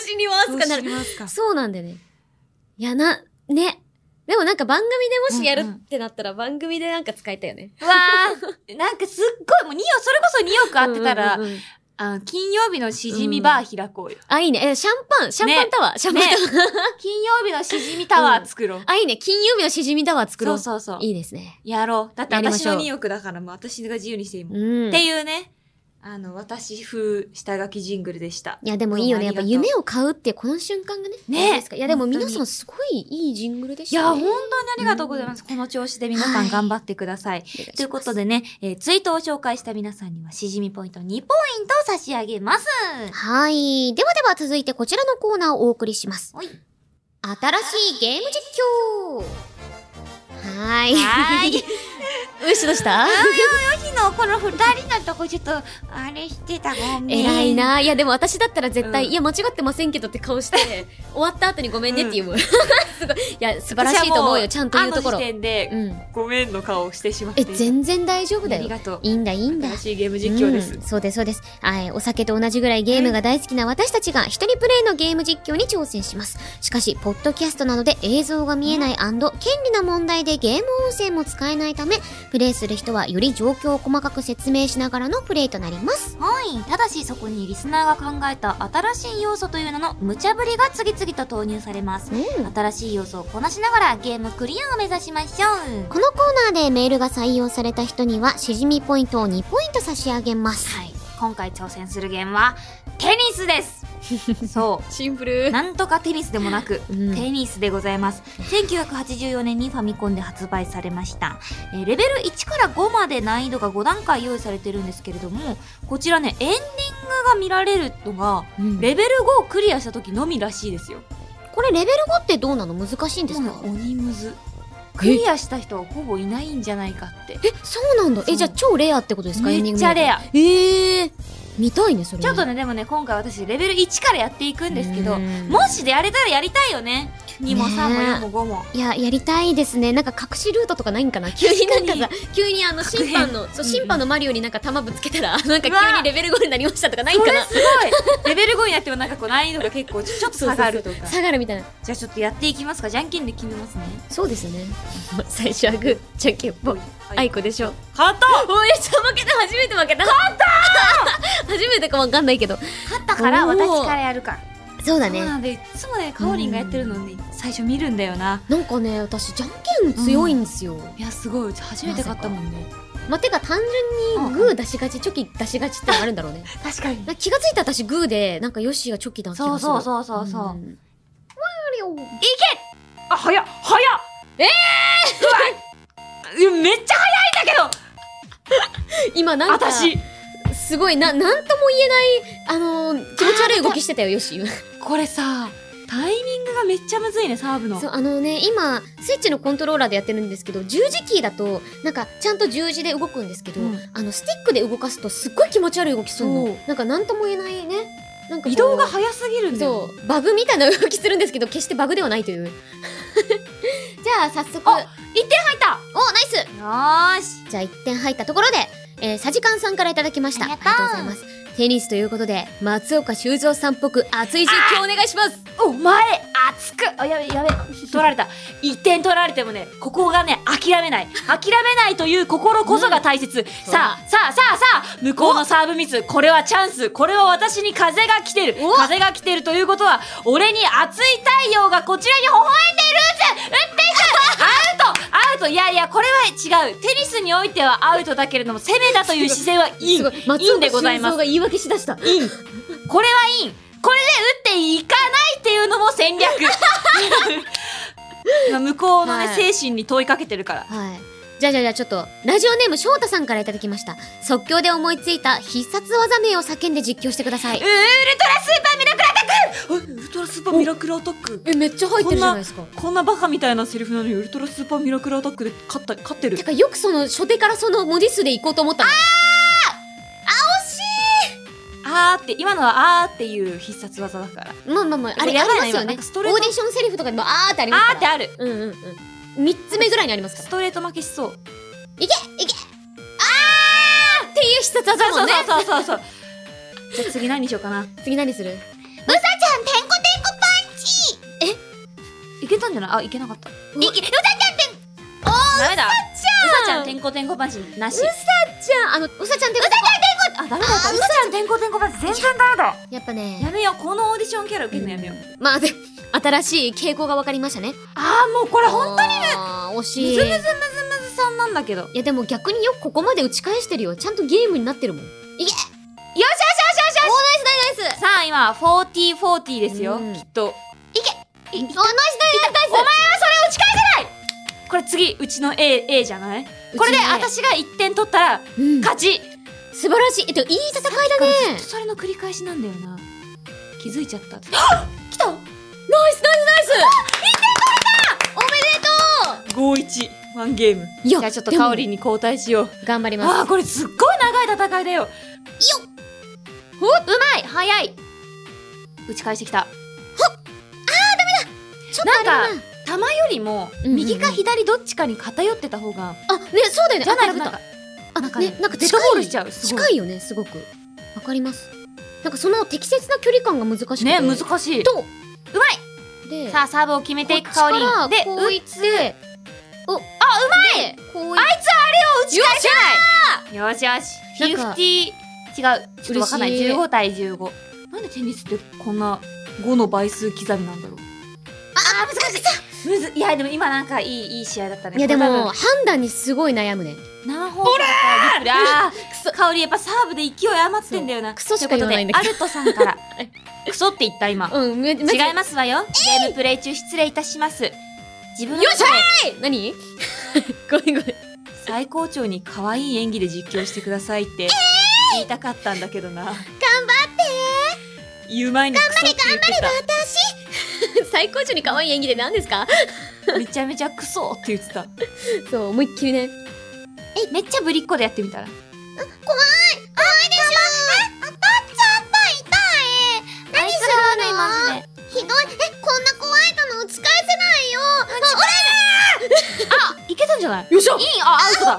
[SPEAKER 2] 資に回すかなる。
[SPEAKER 1] 投資に回すか。
[SPEAKER 2] そうなんだよね。いや、な、ね。でもなんか番組でもしやるってなったら番組でなんか使いたいよね。
[SPEAKER 1] わー、なんかすっごい、もう2億、それこそ2億当てたら、
[SPEAKER 2] うんうんうんうん
[SPEAKER 1] あの、金曜日のしじみバー開こうよ。
[SPEAKER 2] あ、いいね。え、シャンパン、シャンパンタワー、シャンパンタワー。
[SPEAKER 1] 金曜日のしじみタワー作ろう。
[SPEAKER 2] あ、いいね。金曜日のしじみタワー作ろ。
[SPEAKER 1] そううそうそう。
[SPEAKER 2] いいですね。
[SPEAKER 1] やろう。だって
[SPEAKER 2] やりま
[SPEAKER 1] 私
[SPEAKER 2] しょう
[SPEAKER 1] の2億だからもう私が自由にしていいもん。
[SPEAKER 2] うん。
[SPEAKER 1] っていうね、あの、私風下書きジングルでした。
[SPEAKER 2] いや、でもいいよね。やっぱ
[SPEAKER 1] どうもありがとう
[SPEAKER 2] 夢を買うってこの瞬間がね。
[SPEAKER 1] ね
[SPEAKER 2] いいですかいや、でも皆
[SPEAKER 1] 本
[SPEAKER 2] さ
[SPEAKER 1] 当
[SPEAKER 2] んすごいいいジングルでし
[SPEAKER 1] いや、
[SPEAKER 2] た
[SPEAKER 1] 本
[SPEAKER 2] ね。
[SPEAKER 1] 当にありがとうございます。この調子で皆さ
[SPEAKER 2] は
[SPEAKER 1] ん
[SPEAKER 2] い
[SPEAKER 1] 頑張ってください。
[SPEAKER 2] お願いします
[SPEAKER 1] ということでね、えーツイートを紹介した皆さんには、しじみポイント2ポイントを差し上げます。
[SPEAKER 2] はい。ではでは続いてこちらのコーナーをお送りします。
[SPEAKER 1] はい
[SPEAKER 2] 新しいゲーム実況はーい。
[SPEAKER 1] はーい。
[SPEAKER 2] うしど うした
[SPEAKER 1] 日のこの二人のとこちょっと、あれしてたごめん。
[SPEAKER 2] 偉い。な。いや、でも私だったら絶対、
[SPEAKER 1] うん
[SPEAKER 2] いや、間違ってませんけどって 顔して、終わった後にごめんねって言うもん。す ごい。いや、素晴らしいと思うよ。ちゃんと言うところ。
[SPEAKER 1] あの時
[SPEAKER 2] う
[SPEAKER 1] 点で、
[SPEAKER 2] ん。
[SPEAKER 1] ごめんの顔をしてしまって
[SPEAKER 2] え、
[SPEAKER 1] いた。
[SPEAKER 2] 全然大丈夫だ
[SPEAKER 1] あり
[SPEAKER 2] よ。
[SPEAKER 1] がとう。
[SPEAKER 2] いいんだ、いいんだ。
[SPEAKER 1] 新しいゲーム実況です。
[SPEAKER 2] うんそうです、そうです。はい、お酒と同じぐらいゲームが大好きな私たちが一人プレイのゲーム実況に挑戦します。しかし、ポッドキャストなどで映像が見えない権利な問題でゲーム音声も使えないため、プレイする人はより状況を細かく説明しながらのプレイとなります。
[SPEAKER 1] はい。ただし、そこにリスナーが考えた新しい要素という名の無茶ぶりが次々と投入されます。
[SPEAKER 2] うん。
[SPEAKER 1] 新しい要素をこなしながらゲームクリアを目指しましょう。
[SPEAKER 2] このコーナーでメールが採用された人には、しじみポイントを2ポイント差し上げます。
[SPEAKER 1] はい。今回挑戦するゲームは、テニスです そ
[SPEAKER 2] シンプ
[SPEAKER 1] う。
[SPEAKER 2] ル。
[SPEAKER 1] なんとかテニスでもなく、
[SPEAKER 2] うん
[SPEAKER 1] テニスでございます。1984年にファミコンで発売されました。えーレベル1から5まで難易度が5段階用意されてるんですけれども、こちらね、エンディングが見られるのが、
[SPEAKER 2] うん
[SPEAKER 1] レベル5をクリアした時のみらしいですよ。
[SPEAKER 2] これレベル5ってどうなの難しいんですか
[SPEAKER 1] もう鬼むず。クリアした人はほぼいないんじゃないかって。
[SPEAKER 2] え、そうなんだ。
[SPEAKER 1] そ
[SPEAKER 2] え、
[SPEAKER 1] う
[SPEAKER 2] じゃあ超レアってことですか
[SPEAKER 1] めっちゃレア。
[SPEAKER 2] ええ見たいね、それ。
[SPEAKER 1] ちょっとね、でもね、今回私レベル1からやっていくんですけど、
[SPEAKER 2] うん
[SPEAKER 1] もしでやれたらやりたいよね。2も
[SPEAKER 2] ねえ
[SPEAKER 1] 3も4も5も。
[SPEAKER 2] いや、やりたいですね。なんか隠しルートとかないん かな急になんかさ、急にあの
[SPEAKER 1] 確変
[SPEAKER 2] 審判の、そう、
[SPEAKER 1] うんうん
[SPEAKER 2] 審判のマリオになんか弾ぶつけ たら、なんか急
[SPEAKER 1] うわ
[SPEAKER 2] にレベル5になりましたとかないん
[SPEAKER 1] こ
[SPEAKER 2] か
[SPEAKER 1] れ
[SPEAKER 2] な
[SPEAKER 1] すごいレベル5になってもなんかこう難易度が結構ちょちょっと下がるとか。
[SPEAKER 2] 下がるみたいな。
[SPEAKER 1] じゃあちょっとやっていきますか。じゃんけんで決めますね。
[SPEAKER 2] そうです ね。最初はグー、じゃんけんぽい。あいこでしょ。
[SPEAKER 1] 勝っ
[SPEAKER 2] おい、ちょ、負けた初めて負けた勝った 初めてかわかんないけど。
[SPEAKER 1] 勝ったから
[SPEAKER 2] おー
[SPEAKER 1] 私からやるか。
[SPEAKER 2] そうだ
[SPEAKER 1] そう
[SPEAKER 2] ね。
[SPEAKER 1] なんで、いつもね、かおりんがやってるのに最初見るんだよな。
[SPEAKER 2] なんかね、私、じゃんけん強いんですよ。
[SPEAKER 1] いや、すごい。うち初めて勝ったもんね。
[SPEAKER 2] まあ、てか単純にグー出しがち、チョキ出しがちってのあるんだろうね。
[SPEAKER 1] 確かに
[SPEAKER 2] なん。か気がついた私グーで、なんかヨッシーがチョキだった気
[SPEAKER 1] そう
[SPEAKER 2] がする。
[SPEAKER 1] そうそうそうそう。
[SPEAKER 2] んマリオ
[SPEAKER 1] あ、早っ早っ
[SPEAKER 2] え
[SPEAKER 1] えうわいやめっちゃ早いんだけ
[SPEAKER 2] 今
[SPEAKER 1] ど
[SPEAKER 2] なんか、
[SPEAKER 1] 私
[SPEAKER 2] すごい、な、なんとも言えない、あのー気持ち悪い動きして たよ、ヨッシー。
[SPEAKER 1] これさ、タイミングがめっちゃむずいね、サーブの。
[SPEAKER 2] そう、あのね、今、スイッチのコントローラーでやってるんですけど、十字キーだと、なんか、ちゃんと十字で動くんですけど、
[SPEAKER 1] うん
[SPEAKER 2] あの、スティックで動かすと、すっごい気持ち悪い動きする
[SPEAKER 1] そう
[SPEAKER 2] の。なんか、なんとも言えないね。なんかこう
[SPEAKER 1] 移動が早すぎるんだよ
[SPEAKER 2] そ
[SPEAKER 1] ね。
[SPEAKER 2] う、バグみたいな動きするんですけど、決してバグではないという。 じゃあ、早速。お、ナイ
[SPEAKER 1] あ一点入った
[SPEAKER 2] ス
[SPEAKER 1] よーし
[SPEAKER 2] じゃあ、1点入ったところで、えー、さじかんさんからいただきました。
[SPEAKER 1] あ
[SPEAKER 2] あ
[SPEAKER 1] り
[SPEAKER 2] り
[SPEAKER 1] がと
[SPEAKER 2] が
[SPEAKER 1] う
[SPEAKER 2] とうございます。テニスということで、松岡修造さんっぽく熱い実況お願いします。
[SPEAKER 1] お前熱くあやべやべ取られた一点取られてもねここがね諦めない諦めないという心こそが大切、さあさあさあさあ向こうのサーブミスこれはチャンスこれは私に風が来てる
[SPEAKER 2] お
[SPEAKER 1] 風が来てるということは俺に熱い太陽がこちらに微笑んでいるんです打っていくアウトアウトいやいやこれは違うテニスにおいてはアウトだけれども攻めだという姿勢はいい
[SPEAKER 2] すごい、松
[SPEAKER 1] いいん
[SPEAKER 2] 岡
[SPEAKER 1] でござい
[SPEAKER 2] 修
[SPEAKER 1] ま
[SPEAKER 2] 造
[SPEAKER 1] す
[SPEAKER 2] が言い訳しだした。
[SPEAKER 1] インこれはいインこれで打っていかないっていうのも戦 略今向こうのね、
[SPEAKER 2] はい
[SPEAKER 1] 精神に問いかけてるから
[SPEAKER 2] はい。じゃあじゃあじゃあちょっと、ラジオネーム翔太さんからいただきました。即興で思いついた必殺技名を叫んで実況してくださ
[SPEAKER 1] ウ
[SPEAKER 2] い
[SPEAKER 1] ル。トラスーパーミラクルアタックウルトラスーパーミラクルアタック
[SPEAKER 2] え、めっちゃ入ってるじゃないですか。
[SPEAKER 1] こんなバカみたいなセリフなのにウルトラスーパーミラクルアタックで勝った勝ってる
[SPEAKER 2] てか、よくその、初手からその文字数で行こうと思ったの。
[SPEAKER 1] あーって今のはあーっていう必殺技だから
[SPEAKER 2] まあまあまあ、あれ
[SPEAKER 1] や
[SPEAKER 2] あ
[SPEAKER 1] ばい
[SPEAKER 2] り
[SPEAKER 1] な今
[SPEAKER 2] ますよ
[SPEAKER 1] な
[SPEAKER 2] ね。
[SPEAKER 1] ん
[SPEAKER 2] オ
[SPEAKER 1] かス
[SPEAKER 2] ー
[SPEAKER 1] ト
[SPEAKER 2] デ
[SPEAKER 1] レート
[SPEAKER 2] ィションセリフとかでも、あーってあります
[SPEAKER 1] あーっ
[SPEAKER 2] から。
[SPEAKER 1] てある
[SPEAKER 2] うんうんうん。三つ目ぐらいにありますか
[SPEAKER 1] ス
[SPEAKER 2] ら。
[SPEAKER 1] トレート負けしそう
[SPEAKER 2] いけいけあーっていう必殺技
[SPEAKER 1] そ
[SPEAKER 2] も
[SPEAKER 1] うん
[SPEAKER 2] ね。
[SPEAKER 1] そうそうそうそう じゃあ次何にしようかな
[SPEAKER 2] 次何する
[SPEAKER 1] いけたんじゃないあいけなかった
[SPEAKER 2] いけうさ
[SPEAKER 1] ダメだうさちゃんてんこてんこパンチなし
[SPEAKER 2] ちゃんあの、うさちゃんって、うさち
[SPEAKER 1] あ、ダメだった。うさちゃん転校転校まで全然ダメだ。
[SPEAKER 2] ゃんやっぱね
[SPEAKER 1] や、めよう。このオーディションキャラ受けるのやめよう。
[SPEAKER 2] まあ、で新しい傾向が分かりましたね。
[SPEAKER 1] あー、もうこれほんと
[SPEAKER 2] 当にね惜しい。
[SPEAKER 1] むずむずむずむずさんなんだけど。よし
[SPEAKER 2] いやでも逆によくここまで打ち返してるよ。ちゃんとゲームになってるもん。いけ
[SPEAKER 1] よしよしよしよ
[SPEAKER 2] ナイスナイ
[SPEAKER 1] しさあ、今、4040ですよ。
[SPEAKER 2] うん
[SPEAKER 1] きっと。
[SPEAKER 2] スおナイスナイスナイス
[SPEAKER 1] お前はそれを打ち返せないこれ次、うちの A、A じゃないこれで私が1点取ったら、
[SPEAKER 2] うん
[SPEAKER 1] 勝ち
[SPEAKER 2] 素晴らしい。えっと、いい戦いだね。
[SPEAKER 1] ずっとそれの繰り返しなんだよな。気づいちゃった。来た
[SPEAKER 2] ナイスナイスナイス !1 点取れたおめでとう
[SPEAKER 1] 5-1。ワンゲーム。
[SPEAKER 2] いや
[SPEAKER 1] じゃあちょっと
[SPEAKER 2] でも
[SPEAKER 1] カオリンに交代しよう。
[SPEAKER 2] 頑張ります。
[SPEAKER 1] ああ、これすっごい長い戦いだよ。
[SPEAKER 2] おうまい早い
[SPEAKER 1] 打ち返してきた。
[SPEAKER 2] ちょっとあれだ
[SPEAKER 1] なん球よりも、
[SPEAKER 2] うんうん
[SPEAKER 1] 右か左どっちかに偏ってた方が、
[SPEAKER 2] あ、ね、そうだよね。
[SPEAKER 1] じゃないとなん
[SPEAKER 2] あ空振
[SPEAKER 1] か
[SPEAKER 2] っ、た
[SPEAKER 1] なんか
[SPEAKER 2] あ、
[SPEAKER 1] ね
[SPEAKER 2] ね、なんか
[SPEAKER 1] デッ
[SPEAKER 2] 近
[SPEAKER 1] ド
[SPEAKER 2] い
[SPEAKER 1] ボールしちゃう。すごい
[SPEAKER 2] 近いよね、すごく。わかります。なんかその適切な距離感が難しくて。
[SPEAKER 1] ね、難しい。
[SPEAKER 2] と、う
[SPEAKER 1] ま
[SPEAKER 2] いで、
[SPEAKER 1] さあ、サーブを決めていくカオリン。で、
[SPEAKER 2] で、
[SPEAKER 1] う
[SPEAKER 2] こいつで、お、あ、うまいこうい
[SPEAKER 1] 打ち返せないよしよし。フィフ
[SPEAKER 2] なんか
[SPEAKER 1] ティ違う。ちょっとわかんない。
[SPEAKER 2] 嬉しい
[SPEAKER 1] 15対15。なんでテニスってこんな5の倍数刻みなんだろう。
[SPEAKER 2] あ、難しい
[SPEAKER 1] むず、いや、でも今なんかいい、いい試合だったね。
[SPEAKER 2] いやで
[SPEAKER 1] これ多
[SPEAKER 2] も、
[SPEAKER 1] 分、
[SPEAKER 2] 判断にすごい悩むね。
[SPEAKER 1] 生放送だからリプレイあー
[SPEAKER 2] くそ。
[SPEAKER 1] 香りやっぱサーブで勢い余ってんだよな。
[SPEAKER 2] クソしか言わないんだ
[SPEAKER 1] ということでアルトさんから。クソって言った今。
[SPEAKER 2] うん、め、違い
[SPEAKER 1] 違いますわよ。ゲームプレイ中失礼いたします。自分の
[SPEAKER 2] よっしゃ
[SPEAKER 1] ことで
[SPEAKER 2] い何ごめんごめん。
[SPEAKER 1] 最高潮に可愛い演技で実況してくださいって言いたかったんだけどな。頑張って言う前にクソって言って
[SPEAKER 2] 最高潮に可愛い演技で何ですか
[SPEAKER 1] た。めちゃめちゃクソって言ってた。
[SPEAKER 2] そう、思いっきりね。
[SPEAKER 1] めっちゃぶりっ子でやってみたら。
[SPEAKER 2] 何するの
[SPEAKER 1] マジで。
[SPEAKER 2] ひどい。え、こんな怖い球打ち返せないよ。
[SPEAKER 1] いけたんじゃない
[SPEAKER 2] よっしゃ
[SPEAKER 1] いいあ、アウトだ。え、あ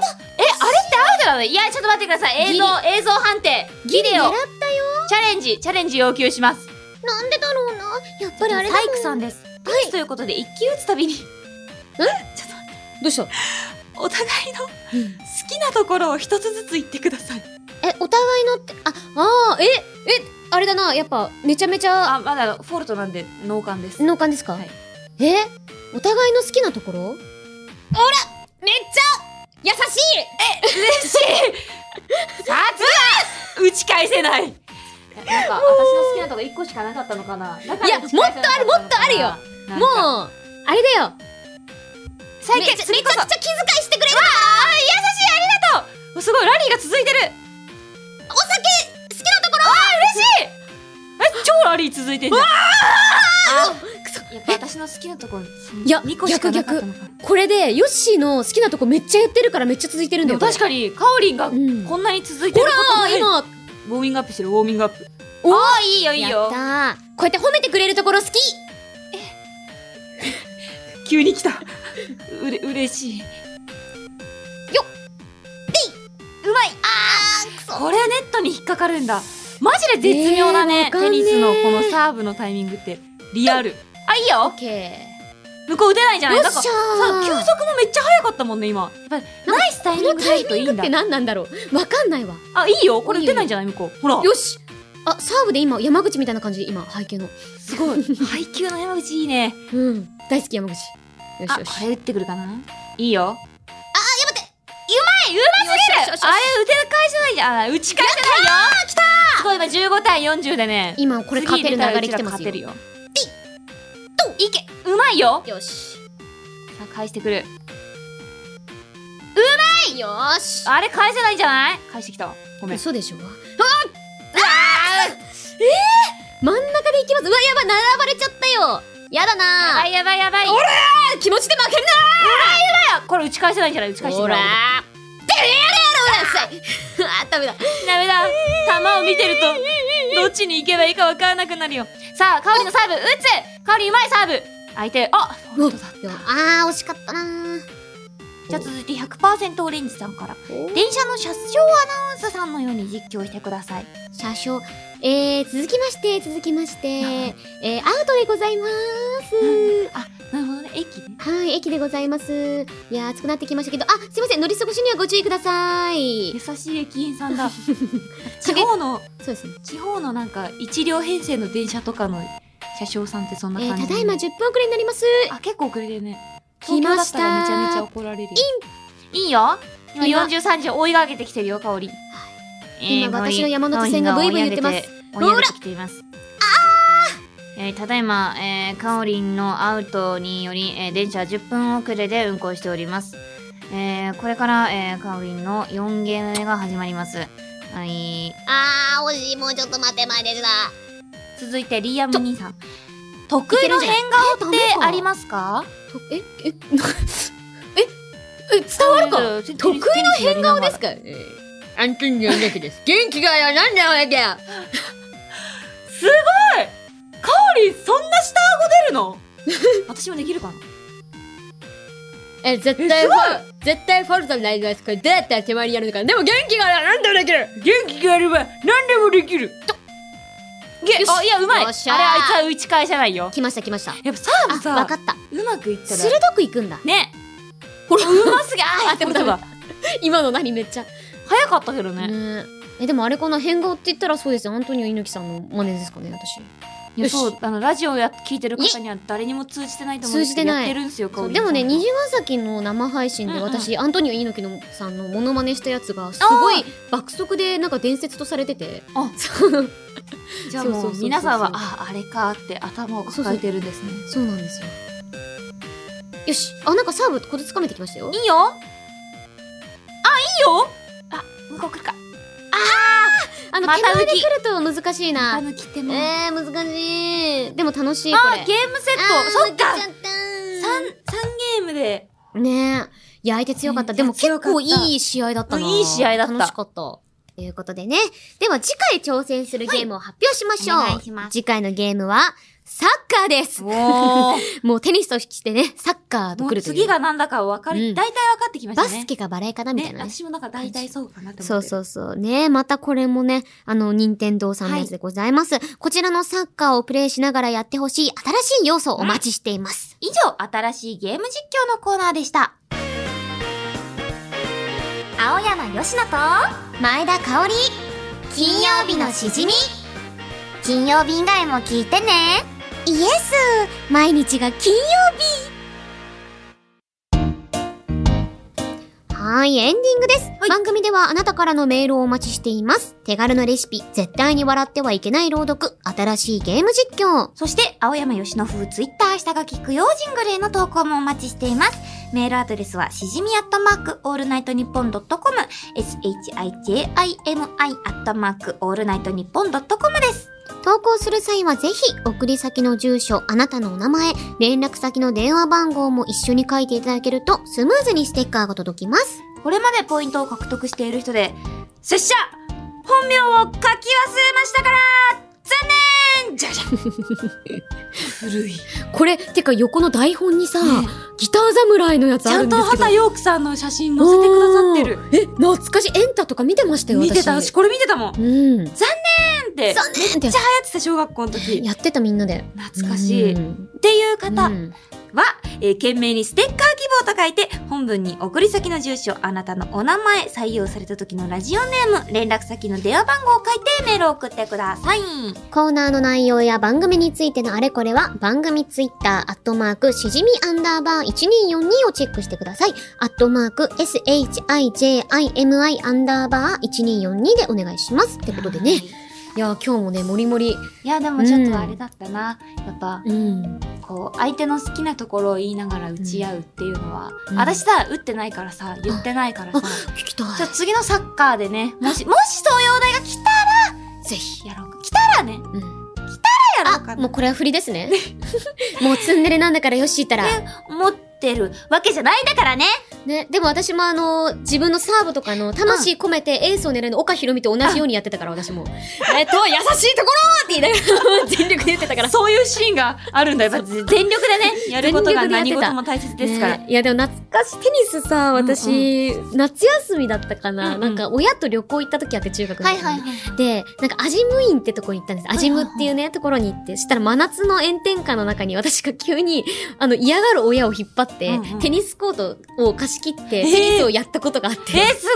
[SPEAKER 1] れってアウトなのいや、ちょっと待ってください。映像、映像判定。ビデ
[SPEAKER 2] 狙
[SPEAKER 1] オ
[SPEAKER 2] っ、たよ。
[SPEAKER 1] チャレンジ、チャレンジ要求します。
[SPEAKER 2] なんでだろうな。やっぱりあれだも
[SPEAKER 1] サイクさんです。テニスということで、一球打つたびに。ちょっ
[SPEAKER 2] どうした
[SPEAKER 1] と、 お互いの好きなところを一つずつ言ってください。
[SPEAKER 2] え、お互いのって、あ、あー、え、え、あれだな。やっぱ、めちゃめちゃ、
[SPEAKER 1] あ、まだフォルトなんで、脳幹です。
[SPEAKER 2] 脳幹ですか、
[SPEAKER 1] はい
[SPEAKER 2] えお互いの好きなところほらめっちゃ優しい
[SPEAKER 1] 嬉しい さすが打ち返せないなんか、私の好きなとこ一個しかなかったのかな。いや、もっ
[SPEAKER 2] いやもっとあるもっとあるよもうあれだよ
[SPEAKER 1] 最
[SPEAKER 2] めちゃ
[SPEAKER 1] 近、
[SPEAKER 2] め
[SPEAKER 1] 次
[SPEAKER 2] ちゃ
[SPEAKER 1] こそ
[SPEAKER 2] くちゃ気遣いしてくれる
[SPEAKER 1] おすごいラリーが続いてる
[SPEAKER 2] お酒好きなところ
[SPEAKER 1] 嬉しいえ超ラリー続いてんじゃん
[SPEAKER 2] くそ
[SPEAKER 1] やっぱ私の好きなところ
[SPEAKER 2] いや
[SPEAKER 1] 2個しかなかったのか
[SPEAKER 2] これでヨッシーの好きなとこめっちゃ言ってるからめっちゃ続いてるん
[SPEAKER 1] で
[SPEAKER 2] だ
[SPEAKER 1] も
[SPEAKER 2] よこれ
[SPEAKER 1] 確かにかおりんが
[SPEAKER 2] うん
[SPEAKER 1] こんなに続いてること
[SPEAKER 2] あ
[SPEAKER 1] ない、
[SPEAKER 2] ー
[SPEAKER 1] ウ
[SPEAKER 2] 今
[SPEAKER 1] ォーミングアップしてるウォーミングアップ
[SPEAKER 2] おー
[SPEAKER 1] あーいいよいいよ
[SPEAKER 2] やったーこうやって褒めてくれるところ好き
[SPEAKER 1] 急に来たうれ嬉しいようまいあこれネットに引っかかるんだマジで絶妙だね,、
[SPEAKER 2] ねえわかんね
[SPEAKER 1] テ
[SPEAKER 2] え
[SPEAKER 1] ニスのこのサーブのタイミングってリアルあいい
[SPEAKER 2] オ
[SPEAKER 1] よ
[SPEAKER 2] ッケ
[SPEAKER 1] 向こう打てないんじゃ
[SPEAKER 2] ー
[SPEAKER 1] ない
[SPEAKER 2] よ
[SPEAKER 1] な
[SPEAKER 2] っ
[SPEAKER 1] んか
[SPEAKER 2] し
[SPEAKER 1] さ
[SPEAKER 2] ゃー
[SPEAKER 1] 球速もめっちゃ速かったもんね今やっぱりナイスタイミングでやるといいん
[SPEAKER 2] っ
[SPEAKER 1] だ
[SPEAKER 2] て何なんだろうわかんないわ
[SPEAKER 1] あいいよこれ打てないんじゃない向こうほら
[SPEAKER 2] よしあサーブで今山口みたいな感じで今背景の
[SPEAKER 1] すごい配球の山口いいね
[SPEAKER 2] うん大好き山口よ
[SPEAKER 1] あ
[SPEAKER 2] しよし
[SPEAKER 1] これ打ってくるかないいよあやばってうまいうますぎる
[SPEAKER 2] よしよしよしよし
[SPEAKER 1] あれ打て返せないじゃんあ打ち返せないよきたすごい今15対40でね
[SPEAKER 2] 今これ勝てる流れ来てます
[SPEAKER 1] 次入
[SPEAKER 2] よ
[SPEAKER 1] れたらうちら勝てるよいけうまいよ
[SPEAKER 2] よし
[SPEAKER 1] さあ返してくる
[SPEAKER 2] はいよーし
[SPEAKER 1] あれ返せないんじゃない返してきたわごめん
[SPEAKER 2] 嘘でしょああえー、真ん中でいきますうわやばい並ばれちゃったよやだ
[SPEAKER 1] や
[SPEAKER 2] な
[SPEAKER 1] ばいやばいやばい
[SPEAKER 2] ー気持ちで負ける
[SPEAKER 1] これ打ち返せないんじゃない打ち返して
[SPEAKER 2] ほ
[SPEAKER 1] み
[SPEAKER 2] ら
[SPEAKER 1] ろ
[SPEAKER 2] ーてれやれやれうるさいあーダメだ
[SPEAKER 1] ダメだ球を見てるとどっちに行けばいいか分からなくなるよさあ香りのサーブ打つ香りうまいサーブ相手あフォールトだ
[SPEAKER 2] よあー惜しかったなー
[SPEAKER 1] じゃあ続いて100%オレンジさんから
[SPEAKER 2] で
[SPEAKER 1] 電車の車掌アナウンスさんのように実況してください
[SPEAKER 2] 車掌えー、続きまして続きまして
[SPEAKER 1] はい
[SPEAKER 2] えー、アウトでございまーす
[SPEAKER 1] あなるほどね駅ね
[SPEAKER 2] はい、駅でございます。いやー、暑くなってきましたけど、あ、すいません、乗り過ごしにはご注意ください
[SPEAKER 1] 優。しい駅員さん だ地方の
[SPEAKER 2] そうですね。
[SPEAKER 1] 地方のなんか一両編成の電車とかの車掌さんってそん
[SPEAKER 2] え
[SPEAKER 1] な
[SPEAKER 2] ー、
[SPEAKER 1] 感じ、
[SPEAKER 2] ただいま10分遅れになります。
[SPEAKER 1] あ結構遅れてるね
[SPEAKER 2] 来まし
[SPEAKER 1] 東
[SPEAKER 2] た
[SPEAKER 1] 京だったらめちゃめちゃ怒られるよいいよ今
[SPEAKER 2] 今
[SPEAKER 1] 43時追い上げてきてるよ香り
[SPEAKER 2] 今私の山手線がブイブイ言ってます
[SPEAKER 1] 追い上げてきていますあえーただいま、えー、カオリンのアウトにより、えー電車は10分遅れで運行しております。えーこれから、えー、カオリンの4ゲーム目が始まります。はい。
[SPEAKER 2] あー、惜しい、もうちょっと待って、前でした。
[SPEAKER 1] 続いて、リアム
[SPEAKER 2] ちょ
[SPEAKER 1] 兄さん。得意の変
[SPEAKER 2] 顔
[SPEAKER 1] 顔ってありますか
[SPEAKER 2] すえ、え、え、伝わるか得意な変顔ですすかアントニオ猪木です。元気がよ、なんだおやけや。
[SPEAKER 1] すごいカオリンそんな下顎出るの 私もできるかな
[SPEAKER 2] え、絶
[SPEAKER 1] 対
[SPEAKER 2] 対
[SPEAKER 1] フ
[SPEAKER 2] フ
[SPEAKER 1] ァ
[SPEAKER 2] ァ絶対ファルトになります。これどうやったら手回りやるのか。でも元気がよ、なんだおやけや。
[SPEAKER 1] 元気があれば何でもできるげ
[SPEAKER 2] よし
[SPEAKER 1] あいやうまいあ
[SPEAKER 2] よ
[SPEAKER 1] れあ
[SPEAKER 2] っ
[SPEAKER 1] いつ
[SPEAKER 2] しゃ
[SPEAKER 1] は
[SPEAKER 2] ー
[SPEAKER 1] 打ち返さないよ
[SPEAKER 2] 来ました来ました。
[SPEAKER 1] やっぱサーブ
[SPEAKER 2] あ、わ
[SPEAKER 1] さ
[SPEAKER 2] かった。
[SPEAKER 1] うまくいったら
[SPEAKER 2] 鋭くいくんだ。
[SPEAKER 1] ね
[SPEAKER 2] ほら、
[SPEAKER 1] うますぎあー
[SPEAKER 2] あでも
[SPEAKER 1] だ
[SPEAKER 2] ダメ今の何めっちゃ。
[SPEAKER 1] 早かったけどね
[SPEAKER 2] ねえ、でもあれかな、変顔って言ったらそうですね。アントニオ猪木さんの真似ですかね、私。
[SPEAKER 1] いや
[SPEAKER 2] よし
[SPEAKER 1] そうあのラジオや聞いてる方には誰にも通じてないと思うんですけど
[SPEAKER 2] 通じてな
[SPEAKER 1] や
[SPEAKER 2] い
[SPEAKER 1] ってるんですよカ
[SPEAKER 2] そ
[SPEAKER 1] オ
[SPEAKER 2] う
[SPEAKER 1] リン
[SPEAKER 2] でもね、
[SPEAKER 1] さんと
[SPEAKER 2] 虹ヶ崎の生配信
[SPEAKER 1] うん
[SPEAKER 2] で
[SPEAKER 1] うん
[SPEAKER 2] 私、アントニオ猪木のさんのモノマネしたやつが、すごい爆速でなんか伝説とされてて。
[SPEAKER 1] あ
[SPEAKER 2] そう
[SPEAKER 1] じゃあ
[SPEAKER 2] そう
[SPEAKER 1] も
[SPEAKER 2] そうそう
[SPEAKER 1] う
[SPEAKER 2] そう
[SPEAKER 1] 皆さんはああれかって頭を抱えてるんですね
[SPEAKER 2] そうなんですよ。よし、あ、なんかサーブこれ掴めてきましたよ。
[SPEAKER 1] いいよあいいよあ向こう来るか
[SPEAKER 2] あの、
[SPEAKER 1] ま
[SPEAKER 2] ま、
[SPEAKER 1] た
[SPEAKER 2] 手
[SPEAKER 1] 浮き
[SPEAKER 2] 前で来ると難しい
[SPEAKER 1] あ
[SPEAKER 2] な。
[SPEAKER 1] 抜きって
[SPEAKER 2] え
[SPEAKER 1] も
[SPEAKER 2] ー、難しい。でも楽しい、こ
[SPEAKER 1] あ
[SPEAKER 2] れ。
[SPEAKER 1] ーゲームセ
[SPEAKER 2] あ
[SPEAKER 1] ット
[SPEAKER 2] ー
[SPEAKER 1] そっか
[SPEAKER 2] 抜けち
[SPEAKER 1] 3
[SPEAKER 2] ゃったー
[SPEAKER 1] ゲームで
[SPEAKER 2] ねえ。いや、相手強かった。
[SPEAKER 1] ね
[SPEAKER 2] でも
[SPEAKER 1] 強かっ
[SPEAKER 2] 結
[SPEAKER 1] た
[SPEAKER 2] 構いい試合だったな。
[SPEAKER 1] うんいい試合だった
[SPEAKER 2] 楽しかった。ということでね。では次回挑戦するゲームを発表しましょう。
[SPEAKER 1] はいお願いします
[SPEAKER 2] 次回のゲームは、サッカーです。
[SPEAKER 1] おー
[SPEAKER 2] もうテニスとしてね、サッカーと
[SPEAKER 1] も
[SPEAKER 2] く
[SPEAKER 1] う
[SPEAKER 2] るという
[SPEAKER 1] 次がなんだか分か
[SPEAKER 2] う
[SPEAKER 1] り、
[SPEAKER 2] ん
[SPEAKER 1] 大体分かってきました
[SPEAKER 2] バ
[SPEAKER 1] ね
[SPEAKER 2] スケかバレエかなみたい
[SPEAKER 1] ね
[SPEAKER 2] なね。
[SPEAKER 1] 私もなんか大体そうかなって思って
[SPEAKER 2] そうそうそう。ねまたこれもね、あの、任天堂さんのやつでございます。こちらのサッカーをプレイしながらやってほしい新しい要素をお待ちしています。
[SPEAKER 1] 以上、新しいゲーム実況のコーナーでした。
[SPEAKER 2] 青山よしのと前田香織金曜日のしじみ金曜日以外も聞いてねイエス毎日が金曜日はい、エンディングです、
[SPEAKER 1] はい
[SPEAKER 2] 番組ではあなたからのメールをお待ちしています。手軽なレシピ、絶対に笑ってはいけない朗読、新しいゲーム実況。
[SPEAKER 1] そして、青山よしの風ツイッター下書き供養ジングルへの投稿もお待ちしています。メールアドレスは、しじみアットマーク、オールナイトニッポンドットコム、shijimi アットマーク、オールナイトニッポンドットコムです。
[SPEAKER 2] 投稿する際はぜひ、送り先の住所、あなたのお名前、連絡先の電話番号も一緒に書いていただけると、スムーズにステッカーが届きます。
[SPEAKER 1] これまでポイントを獲得している人で、拙者、本名を書き忘れましたから、残念じゃじゃん古い。
[SPEAKER 2] これ、てか横の台本にさ
[SPEAKER 1] ね
[SPEAKER 2] ギター侍のや
[SPEAKER 1] ちゃんと
[SPEAKER 2] ちゃんと
[SPEAKER 1] 畑陽子さんの写真載せてくださってる。
[SPEAKER 2] てる。え、懐かしい。エンタとか見てましたよ、
[SPEAKER 1] 見てた、私これ見てたもん。
[SPEAKER 2] うん。
[SPEAKER 1] って、めっちゃ
[SPEAKER 2] 残念
[SPEAKER 1] 流
[SPEAKER 2] って
[SPEAKER 1] 行ってた小学校の時。
[SPEAKER 2] やってたみんなで。
[SPEAKER 1] 懐かしい。
[SPEAKER 2] う
[SPEAKER 1] っ
[SPEAKER 2] ん
[SPEAKER 1] ていう方
[SPEAKER 2] う
[SPEAKER 1] は、
[SPEAKER 2] ん
[SPEAKER 1] えー懸命にステッカー希望と書いて、本文に送り先の住所、あなたのお名前、採用された時のラジオネーム、連絡先の電話番号を書いてメールを送ってください。
[SPEAKER 2] コーナーの内容や番組についてのあれこれは番組ツイッターアットマークしじみアンダーバー1242をチェックしてください。アットマーク shijimi アンダーバー1242でお願いします。ってことでね。いやー今日もね、もりもり。
[SPEAKER 1] いや、でもちょっとあれだったな。やっぱ、
[SPEAKER 2] うん。
[SPEAKER 1] こう、相手の好きなところを言いながら打ち合うっていうのは、
[SPEAKER 2] うん
[SPEAKER 1] 私さ、打ってないからさ、言ってないからさ、
[SPEAKER 2] 聞きた
[SPEAKER 1] じゃあ次のサッカーでね、もし、もし東洋大が来た
[SPEAKER 2] い。ぜひ。
[SPEAKER 1] らやろうか。来たらね、
[SPEAKER 2] うん。
[SPEAKER 1] やろうか
[SPEAKER 2] あ、
[SPEAKER 1] な
[SPEAKER 2] もうこれは振りですね。 もうツンデレなんだからよし言ったら。
[SPEAKER 1] 持ってるわけじゃないんだからね。
[SPEAKER 2] ね、でも私もあの、自分のサーブとかの、魂込めてエースを狙うの岡ひろみと同じようにやってたから、私も。 えっと、優しいところって言いながら、全力で言ってた から。
[SPEAKER 1] そういうシーンがあるんだ。やっぱ 全力でね、やることが何事も大切ですから。
[SPEAKER 2] ねいや、でも懐かしい、テニスさ、私、夏休みだったかな、
[SPEAKER 1] うんうん
[SPEAKER 2] なんか、親と旅行行った時あって、中学の時に
[SPEAKER 1] はい。
[SPEAKER 2] で、なんか、アジムインってとこに行ったんで
[SPEAKER 1] い
[SPEAKER 2] す。アジムっていうね、ところに行って、したら真夏の炎天下の中に私が急に、 あの、嫌がる親を引っ張って、
[SPEAKER 1] うんうん
[SPEAKER 2] テニスコートを貸し切って、
[SPEAKER 1] えー
[SPEAKER 2] テニスをやったことがあっ
[SPEAKER 1] え
[SPEAKER 2] て。
[SPEAKER 1] ー、す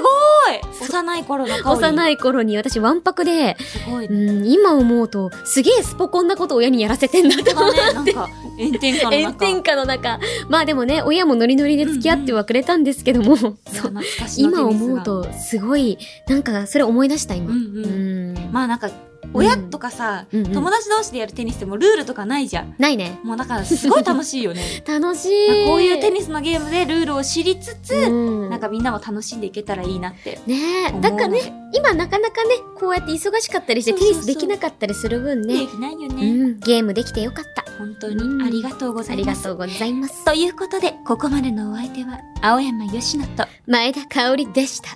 [SPEAKER 1] ごい幼い頃の顔
[SPEAKER 2] 幼
[SPEAKER 1] い。
[SPEAKER 2] い頃に私わんぱくで、
[SPEAKER 1] すごい。
[SPEAKER 2] う
[SPEAKER 1] ね、
[SPEAKER 2] ん、今思うと、すげえスポコンなこと親にやらせてんだって思って。
[SPEAKER 1] なんか、炎天下の中。
[SPEAKER 2] 炎天下の中。まあでもね、親もノリノリで付き合ってはくれたんですけども、
[SPEAKER 1] いや
[SPEAKER 2] そう
[SPEAKER 1] 懐かしい
[SPEAKER 2] 今思う。と、すごい、なんかそれ思い出した、
[SPEAKER 1] テ
[SPEAKER 2] 今。
[SPEAKER 1] ニ
[SPEAKER 2] う
[SPEAKER 1] スがうんうん。
[SPEAKER 2] ん。
[SPEAKER 1] まあなんか、親とかさ、
[SPEAKER 2] うんうん
[SPEAKER 1] 友達同士でやるテニスってもうルールとかないじゃん。
[SPEAKER 2] ないね。
[SPEAKER 1] もうだからすごい楽しいよね。
[SPEAKER 2] 楽し
[SPEAKER 1] まあ
[SPEAKER 2] い。
[SPEAKER 1] こういうテニスのゲームでルールを知りつつ、
[SPEAKER 2] うん
[SPEAKER 1] なんかみんなも楽しんでいけたらいいなって。
[SPEAKER 2] ねえ、
[SPEAKER 1] 思う
[SPEAKER 2] だから
[SPEAKER 1] ので
[SPEAKER 2] ね、今なかなかね、こうやって忙しかったりして
[SPEAKER 1] そう
[SPEAKER 2] テ
[SPEAKER 1] そう
[SPEAKER 2] ニ
[SPEAKER 1] そう
[SPEAKER 2] スできなかったりする分
[SPEAKER 1] で
[SPEAKER 2] ね、
[SPEAKER 1] きないよ
[SPEAKER 2] う
[SPEAKER 1] ね。
[SPEAKER 2] ん、ゲームできてよかった。
[SPEAKER 1] 本当にありがとうござ
[SPEAKER 2] あ
[SPEAKER 1] い
[SPEAKER 2] り
[SPEAKER 1] ま
[SPEAKER 2] が
[SPEAKER 1] す。
[SPEAKER 2] とうございます。
[SPEAKER 1] ということで、ここまでのお相手は、青山よしのと、
[SPEAKER 2] 前田香織でした。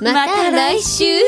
[SPEAKER 1] また来
[SPEAKER 2] 週